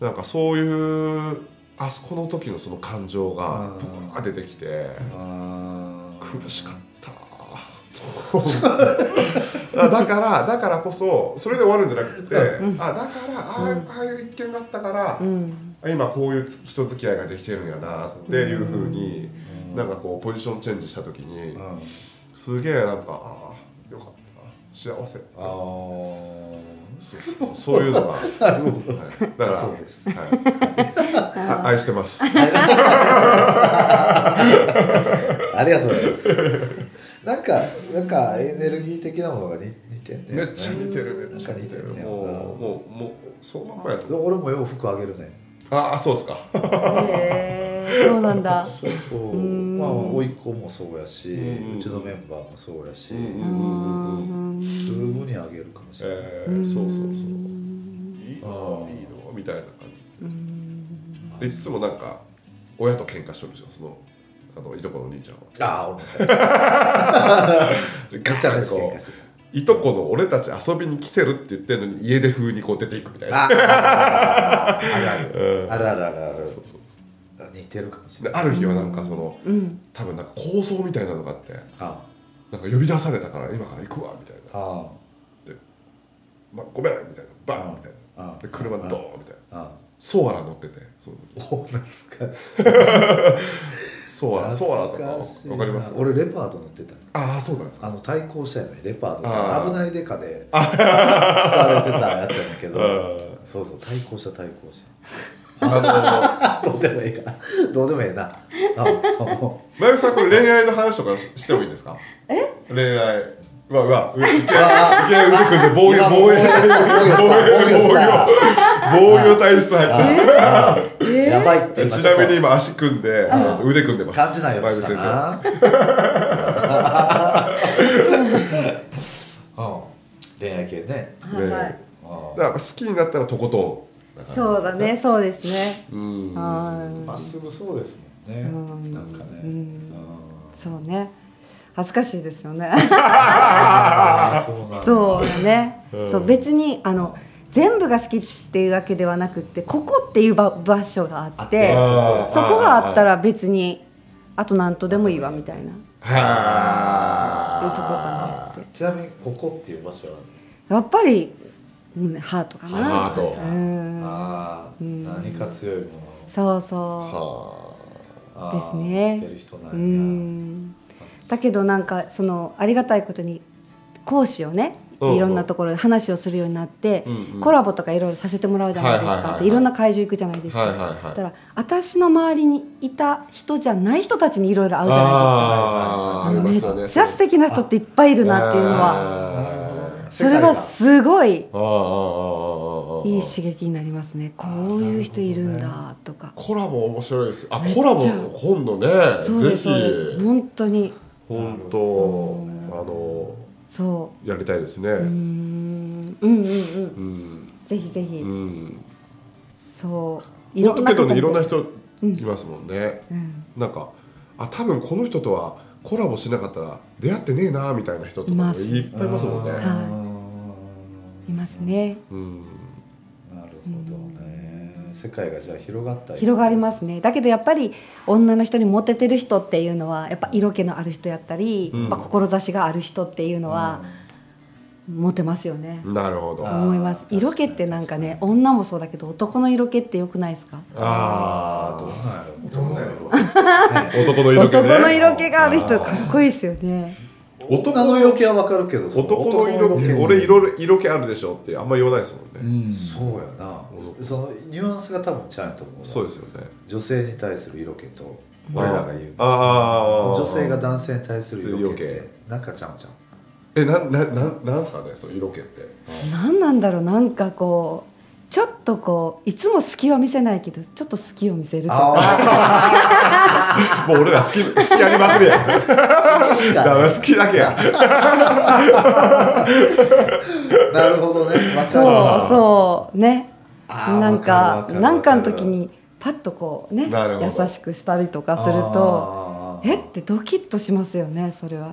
[SPEAKER 1] なんかそういうあそこの時のその感情が
[SPEAKER 3] うん
[SPEAKER 1] ブワー出てきて苦しかった
[SPEAKER 3] *laughs*
[SPEAKER 1] とだからだからこそそれで終わるんじゃなくて、あだからああいうああいう一件があったから、
[SPEAKER 2] うん
[SPEAKER 1] 今こういうつ人付き合いができてるんやなっていうふうに、
[SPEAKER 3] うん
[SPEAKER 1] なんかこうポジションチェンジした時に、
[SPEAKER 3] うん
[SPEAKER 1] すげえなんかああよかった幸せ *laughs*
[SPEAKER 3] あー
[SPEAKER 1] そうそういうのがはいだから
[SPEAKER 3] そうです
[SPEAKER 1] はいあ愛してますは
[SPEAKER 3] ありがとうございますなんかなんかエネルギー的なものが似似てんね
[SPEAKER 1] いめっちゃ似てるめっちゃ似てる
[SPEAKER 3] なんか似てるね
[SPEAKER 1] もう
[SPEAKER 3] うん
[SPEAKER 1] もうもうそのまんまやと思う
[SPEAKER 3] 俺もよう服あげるね
[SPEAKER 1] ああそうですか
[SPEAKER 2] へーそうなんだ
[SPEAKER 3] そうそう
[SPEAKER 2] うん
[SPEAKER 3] まあ甥っ子もそうやし
[SPEAKER 1] うん
[SPEAKER 3] うちのメンバーもそうやし
[SPEAKER 1] うんうん
[SPEAKER 2] う
[SPEAKER 1] うんうん
[SPEAKER 2] ん
[SPEAKER 3] すぐにあげるかもしれない
[SPEAKER 1] えー、そうそうそういい
[SPEAKER 3] あ
[SPEAKER 1] の
[SPEAKER 3] ー
[SPEAKER 1] いいのみたいな感じ
[SPEAKER 3] あ
[SPEAKER 1] でいつもなんか親と喧嘩しとるんですよそのあのいとこのお兄ちゃんは
[SPEAKER 3] あー俺もそうや
[SPEAKER 1] でガ
[SPEAKER 3] めちゃ
[SPEAKER 1] ーン
[SPEAKER 3] め
[SPEAKER 1] って
[SPEAKER 3] ちゃ喧
[SPEAKER 1] こ
[SPEAKER 3] 嘩して
[SPEAKER 1] ういとこの俺たち遊びに来てるって言ってるのに家出風にこう出ていくみたい
[SPEAKER 3] たあ
[SPEAKER 1] な
[SPEAKER 3] あある
[SPEAKER 1] うん
[SPEAKER 3] あるあるあるある
[SPEAKER 1] そうそう
[SPEAKER 3] ある似てるかもし
[SPEAKER 1] で
[SPEAKER 3] れない
[SPEAKER 1] ある日はなんかその
[SPEAKER 2] うん
[SPEAKER 1] 多分なんか構想みたいなのがあって
[SPEAKER 3] あ
[SPEAKER 1] なんか呼び出されたから今から行くわみたいな
[SPEAKER 3] あ
[SPEAKER 1] 「まあ、ごめん」みたいな「バン!」みたいな
[SPEAKER 3] あ
[SPEAKER 1] で車ド
[SPEAKER 3] あ
[SPEAKER 1] ーンみたいな
[SPEAKER 3] あ
[SPEAKER 1] ソアラ乗っててその時
[SPEAKER 3] お懐かしい
[SPEAKER 1] ソアラソアラとか
[SPEAKER 3] 懐しいな
[SPEAKER 1] わかります
[SPEAKER 3] 俺レパード乗ってた
[SPEAKER 1] ああそうなんですか
[SPEAKER 3] あの対抗したよねレパード
[SPEAKER 1] あー
[SPEAKER 3] 危ないデカで使われてたやつやねんけど
[SPEAKER 1] あ
[SPEAKER 3] そうそう対抗した対抗した
[SPEAKER 1] あ
[SPEAKER 3] あ *laughs* どうでもいいかどうでもいいなああ
[SPEAKER 1] の真由美さんこれ恋愛の話とかししてもいいんですかえ恋愛うわうわういけいけ
[SPEAKER 3] あ
[SPEAKER 1] 腕組んで防御
[SPEAKER 3] 今
[SPEAKER 1] 防
[SPEAKER 3] 防御
[SPEAKER 1] 御
[SPEAKER 3] した
[SPEAKER 1] 防
[SPEAKER 3] 防御
[SPEAKER 1] 御
[SPEAKER 3] した
[SPEAKER 1] 防御防御体質入った
[SPEAKER 3] やばいって
[SPEAKER 1] えちなみに今足組んであの腕組んでます
[SPEAKER 3] 感じないよう
[SPEAKER 1] 真
[SPEAKER 3] に
[SPEAKER 1] 由
[SPEAKER 3] し
[SPEAKER 1] 美
[SPEAKER 3] た
[SPEAKER 1] 先生
[SPEAKER 3] な *laughs* うん恋愛系ね
[SPEAKER 2] はいはい
[SPEAKER 3] うん
[SPEAKER 1] だから好きになったらとことんな感じ
[SPEAKER 2] そうだねそうですね
[SPEAKER 1] うん
[SPEAKER 2] あ
[SPEAKER 3] まっすぐそうですもんね
[SPEAKER 2] うん
[SPEAKER 3] なんかね
[SPEAKER 2] う
[SPEAKER 3] うんん
[SPEAKER 2] そうね恥ずかしいですよね
[SPEAKER 3] あーそうなんだ
[SPEAKER 2] そうだね、そう別にあの全部が好きっていうわけではなくってここっていう場場所があ
[SPEAKER 3] あ
[SPEAKER 2] っ
[SPEAKER 3] ってて
[SPEAKER 1] あー
[SPEAKER 2] そこがあったら別にあと何とでもいいわみたいな
[SPEAKER 1] は
[SPEAKER 2] っていうとこかなって
[SPEAKER 3] *laughs* ちなみにここっていう場所は
[SPEAKER 2] やっぱり胸ハートかな
[SPEAKER 1] ハート
[SPEAKER 2] うん
[SPEAKER 3] ああ何か強いも
[SPEAKER 2] そうそ
[SPEAKER 1] は
[SPEAKER 3] の
[SPEAKER 2] ですね
[SPEAKER 3] 持ってる人な
[SPEAKER 2] ううん
[SPEAKER 3] や
[SPEAKER 2] んだけどなんかそのありがたいことに講師をね
[SPEAKER 1] うんうん
[SPEAKER 2] いろんなところで話をするようになって、
[SPEAKER 1] うんうん
[SPEAKER 2] コラボとかいろいろさせてもらうじゃないです
[SPEAKER 1] はいはいはい
[SPEAKER 2] か
[SPEAKER 1] はい
[SPEAKER 2] でいろんな会場行くじゃないですか、
[SPEAKER 1] はいはいはい
[SPEAKER 2] だから私の周りにいた人じゃない人たちにいろいろ会うじゃないですか
[SPEAKER 1] あーありますよね
[SPEAKER 2] めっちゃ素敵な人っていっぱいいるなっていうのは
[SPEAKER 1] は
[SPEAKER 2] それはすごい
[SPEAKER 1] あああああああああ
[SPEAKER 2] いい刺激になりますねこういう人いるんだとか、
[SPEAKER 1] コラボ面白いですあ
[SPEAKER 2] めっちゃ
[SPEAKER 1] コラボ今度ね
[SPEAKER 2] そう
[SPEAKER 1] ぜ
[SPEAKER 2] で
[SPEAKER 1] ひ
[SPEAKER 2] すそうです本当に
[SPEAKER 1] 本当あの
[SPEAKER 2] そ
[SPEAKER 1] やりたいですね
[SPEAKER 2] ううーんうんうんうん
[SPEAKER 1] うん
[SPEAKER 2] ぜひぜひ、
[SPEAKER 1] うん
[SPEAKER 2] そうい
[SPEAKER 1] いろ
[SPEAKER 2] ろ
[SPEAKER 1] ん
[SPEAKER 2] ん
[SPEAKER 1] な
[SPEAKER 2] な
[SPEAKER 1] けど
[SPEAKER 2] 方
[SPEAKER 1] ね
[SPEAKER 2] に
[SPEAKER 1] いろんな人いますもんね
[SPEAKER 2] うん
[SPEAKER 1] なんかあ多分この人とはコラボしなかったら出会ってねえなみたいな人とか
[SPEAKER 2] い
[SPEAKER 1] も
[SPEAKER 2] ます
[SPEAKER 1] いっぱいいますもんね
[SPEAKER 3] あー
[SPEAKER 2] いますね
[SPEAKER 1] うん
[SPEAKER 3] なるほどね世界がじゃあ広がったり
[SPEAKER 2] 広がりますねだけどやっぱり女の人にモテてる人っていうのはやっぱ色気のある人やったり、
[SPEAKER 1] うん
[SPEAKER 2] まあ、志がある人っていうのはモテますよね、
[SPEAKER 1] なるほど
[SPEAKER 3] あー
[SPEAKER 2] 思います
[SPEAKER 3] 確かに
[SPEAKER 2] 色気ってなんかね女もそうだけど男の色気ってよくないですか
[SPEAKER 1] あ
[SPEAKER 3] あどうな
[SPEAKER 1] あ
[SPEAKER 3] んやろどうなんやろ
[SPEAKER 1] 男の色気ね
[SPEAKER 2] 男の色気がある人かっこいいですよね
[SPEAKER 3] 女の色気はわかるけどそ
[SPEAKER 1] 男の色気俺いろいろ色気あるでしょってあんま言わないですもんね、
[SPEAKER 4] うん
[SPEAKER 3] そうやなそのニュアンスが多分ちゃうと思う
[SPEAKER 1] そうですよね
[SPEAKER 3] 女性に対する色気と俺らが言う
[SPEAKER 1] ああ
[SPEAKER 3] 女性が男性に対する色気っ
[SPEAKER 1] 色
[SPEAKER 3] てなんかちゃうちゃう
[SPEAKER 1] えななななんすかねその色気って *laughs*
[SPEAKER 2] 何なんだろうなんかこうちょっとこういつも好きは見せないけどちょっと好きを見せるとか
[SPEAKER 3] あ
[SPEAKER 1] もう俺ら好き *laughs* 好きありまくりや
[SPEAKER 2] *laughs*
[SPEAKER 3] あし
[SPEAKER 1] だから好きだけ
[SPEAKER 3] *laughs*
[SPEAKER 1] や
[SPEAKER 3] なるほどねわかる
[SPEAKER 2] そう
[SPEAKER 3] わ
[SPEAKER 2] そうね
[SPEAKER 3] あー
[SPEAKER 2] なん
[SPEAKER 3] わ
[SPEAKER 2] か
[SPEAKER 3] かるわかる
[SPEAKER 2] なんかの時にパッとこうね
[SPEAKER 1] なるほど
[SPEAKER 2] 優しくしたりとかすると
[SPEAKER 3] あー
[SPEAKER 2] えってドキッとしますよねそれは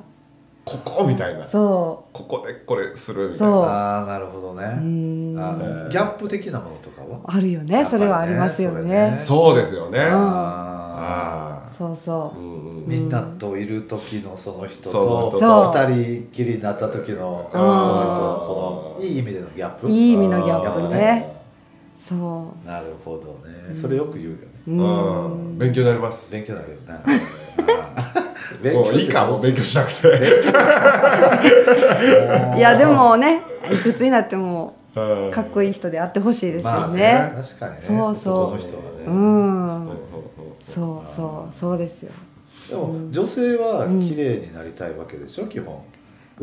[SPEAKER 1] ここみたいな
[SPEAKER 2] そ
[SPEAKER 1] ここでこれするみたいな
[SPEAKER 2] そう
[SPEAKER 3] あーなるほどね
[SPEAKER 2] ううーん
[SPEAKER 3] あーギャップ的なものとかは
[SPEAKER 2] あるよ
[SPEAKER 3] やっぱり
[SPEAKER 2] ね
[SPEAKER 3] ね
[SPEAKER 2] それはありますよね
[SPEAKER 3] そ
[SPEAKER 1] そうですよね、
[SPEAKER 2] うん
[SPEAKER 3] あ
[SPEAKER 1] あ
[SPEAKER 2] そう
[SPEAKER 1] あ
[SPEAKER 2] そううん
[SPEAKER 3] ー
[SPEAKER 1] うん
[SPEAKER 3] みんなといる時のその人
[SPEAKER 1] その
[SPEAKER 3] と
[SPEAKER 1] 人
[SPEAKER 2] と
[SPEAKER 3] 二人きりになった時の
[SPEAKER 1] う
[SPEAKER 3] そ
[SPEAKER 1] ん
[SPEAKER 3] の人のこのいい意味でのギャップ
[SPEAKER 2] いい意味のギャッ
[SPEAKER 3] やっ
[SPEAKER 2] プ
[SPEAKER 3] ぱ
[SPEAKER 2] ねそ
[SPEAKER 3] なるほどねそれよく言うよね
[SPEAKER 2] うう
[SPEAKER 1] うん
[SPEAKER 2] ん
[SPEAKER 1] 勉強になります
[SPEAKER 3] 勉強になるよね
[SPEAKER 2] *laughs*
[SPEAKER 1] もういいかもう勉強しなくて
[SPEAKER 2] いやでもねいくつになっても
[SPEAKER 1] うん
[SPEAKER 2] かっこいい人であってほしいです
[SPEAKER 3] ま
[SPEAKER 2] よ
[SPEAKER 3] あ
[SPEAKER 2] ね
[SPEAKER 3] ね確かにね
[SPEAKER 2] そうそう
[SPEAKER 3] 男の人はね
[SPEAKER 2] うん
[SPEAKER 1] うんうんうん
[SPEAKER 2] そうそうそうですよ
[SPEAKER 3] でも女性は綺麗になりたいわけでしょ、基本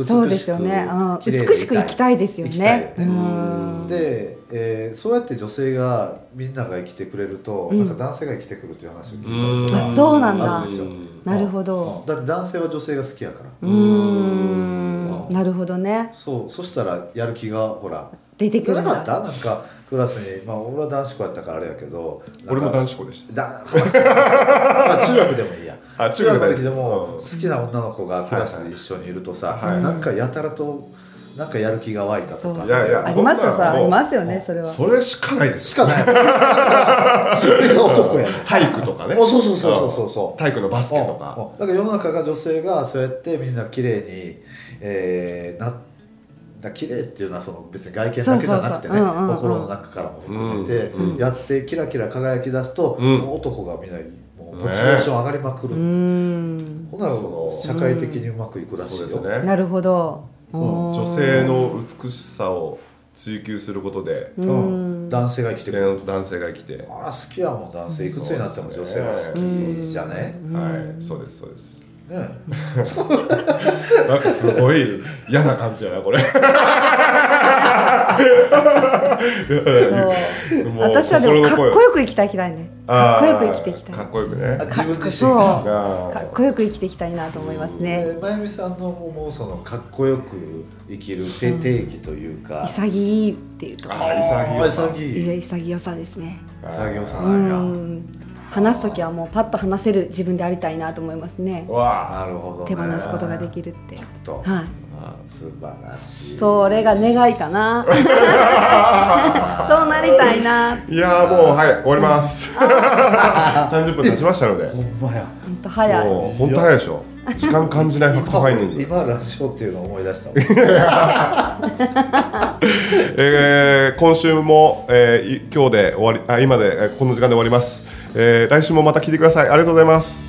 [SPEAKER 2] そうですよね、うん、
[SPEAKER 3] 綺麗で
[SPEAKER 2] 美しく生きたいですよ
[SPEAKER 3] 生きたいよ
[SPEAKER 2] ね
[SPEAKER 3] ね
[SPEAKER 2] うん
[SPEAKER 3] で、えーそうやって女性がみんなが生きてくれると、
[SPEAKER 2] うん
[SPEAKER 3] なんか男性が生きてくるという話を聞いたことが
[SPEAKER 2] あそうなんだ
[SPEAKER 3] あるんですよ
[SPEAKER 1] うん
[SPEAKER 2] なるほ
[SPEAKER 3] う
[SPEAKER 2] ど
[SPEAKER 3] んだって男性は女性が好きやから、
[SPEAKER 2] うーんなるほどね
[SPEAKER 3] そうそしたらやる気がほら
[SPEAKER 2] 出てくる
[SPEAKER 3] なんかった
[SPEAKER 2] だ
[SPEAKER 3] なんかクラスにまあ俺は男子校やったからあれやけど
[SPEAKER 1] 俺も
[SPEAKER 3] 子
[SPEAKER 1] 男子校でした
[SPEAKER 3] だ *laughs* まあ中学でもいいや
[SPEAKER 1] あ
[SPEAKER 3] 中
[SPEAKER 1] 中学
[SPEAKER 3] 学
[SPEAKER 1] で
[SPEAKER 3] の時でも
[SPEAKER 1] うん
[SPEAKER 3] 好きな女の子がクラスで一緒にいるとさ、
[SPEAKER 1] はい
[SPEAKER 2] はい
[SPEAKER 3] なんかやたらとなんかやる気が湧いたと
[SPEAKER 2] そう
[SPEAKER 3] か
[SPEAKER 2] そう
[SPEAKER 1] いやいや
[SPEAKER 2] ありますよ
[SPEAKER 1] そんなの
[SPEAKER 2] それありますよねそれは
[SPEAKER 1] それしかないです
[SPEAKER 3] しか
[SPEAKER 1] *laughs*
[SPEAKER 3] ないそれが男やね
[SPEAKER 1] 体育とかね
[SPEAKER 3] あそうそうそうそうそうそう
[SPEAKER 1] 体育のバスケとか
[SPEAKER 3] うんだから世の中が女性がそうやってみんな綺麗に、えー、なだ綺麗っていうのはその別に外見だけじゃなくてね
[SPEAKER 2] そうそうそううんうんうん
[SPEAKER 3] 心の中からも含めて、
[SPEAKER 1] うん
[SPEAKER 3] やってキラキラ輝き出すと、
[SPEAKER 1] うん
[SPEAKER 3] もう男がみんなもうモチベーション上がりまくる、
[SPEAKER 2] うーん
[SPEAKER 3] ほんなら
[SPEAKER 1] そう
[SPEAKER 3] 社会的にうまくいくらしい
[SPEAKER 1] そう
[SPEAKER 3] よ、
[SPEAKER 1] ですね
[SPEAKER 2] なるほど
[SPEAKER 1] うん
[SPEAKER 2] おー
[SPEAKER 1] 女性の美しさを追求することで
[SPEAKER 2] う
[SPEAKER 3] うん、
[SPEAKER 2] ん
[SPEAKER 3] 男性が生きてくる
[SPEAKER 1] 男性が生きて
[SPEAKER 3] あら好きやもん男性いくつになっても
[SPEAKER 1] そう
[SPEAKER 3] 女性
[SPEAKER 1] ですね
[SPEAKER 3] は好きじゃね
[SPEAKER 1] はいそうですそうです
[SPEAKER 3] ね
[SPEAKER 1] なんかすごい嫌な感じやなこれ
[SPEAKER 2] そう
[SPEAKER 1] もう
[SPEAKER 2] 私はでもかっ
[SPEAKER 1] 心の
[SPEAKER 2] こ
[SPEAKER 1] 声
[SPEAKER 2] よく生きていきたいねかっこよく生きていきたい
[SPEAKER 1] かっこよく
[SPEAKER 3] あ
[SPEAKER 1] ね
[SPEAKER 3] 自分自
[SPEAKER 2] そう
[SPEAKER 3] 身が
[SPEAKER 2] かっこよく生きていきたいなと思いますね
[SPEAKER 3] えーまゆみさんの思うそのかっこよく生きる定定義というか、
[SPEAKER 2] 潔いっていうとこ
[SPEAKER 1] あ潔
[SPEAKER 3] 潔
[SPEAKER 1] い
[SPEAKER 3] い
[SPEAKER 2] いや潔さですね
[SPEAKER 3] 潔さ
[SPEAKER 2] う
[SPEAKER 3] なんや、
[SPEAKER 2] ん話す時はもうパッと話せる自分でありたいなと思いますね
[SPEAKER 1] わあ
[SPEAKER 3] なるほど、ね、
[SPEAKER 2] 手放すことができるって
[SPEAKER 3] と
[SPEAKER 2] は
[SPEAKER 3] あ素晴らし
[SPEAKER 2] い
[SPEAKER 3] い
[SPEAKER 2] それが願いかなそうなりたいない
[SPEAKER 1] やーもうはい終わります30分経ちましたので
[SPEAKER 3] ほんまや
[SPEAKER 2] ほんと早い
[SPEAKER 1] もう本当早いでしょ時間感じないファクトファイ
[SPEAKER 2] *laughs*
[SPEAKER 1] ンディング
[SPEAKER 3] 今今ラジオっていうのを思い出したもん
[SPEAKER 1] えー今週も、えーい今日で終わりあ今で、えーこの時間で終わります、えー来週もまた聞いてくださいありがとうございます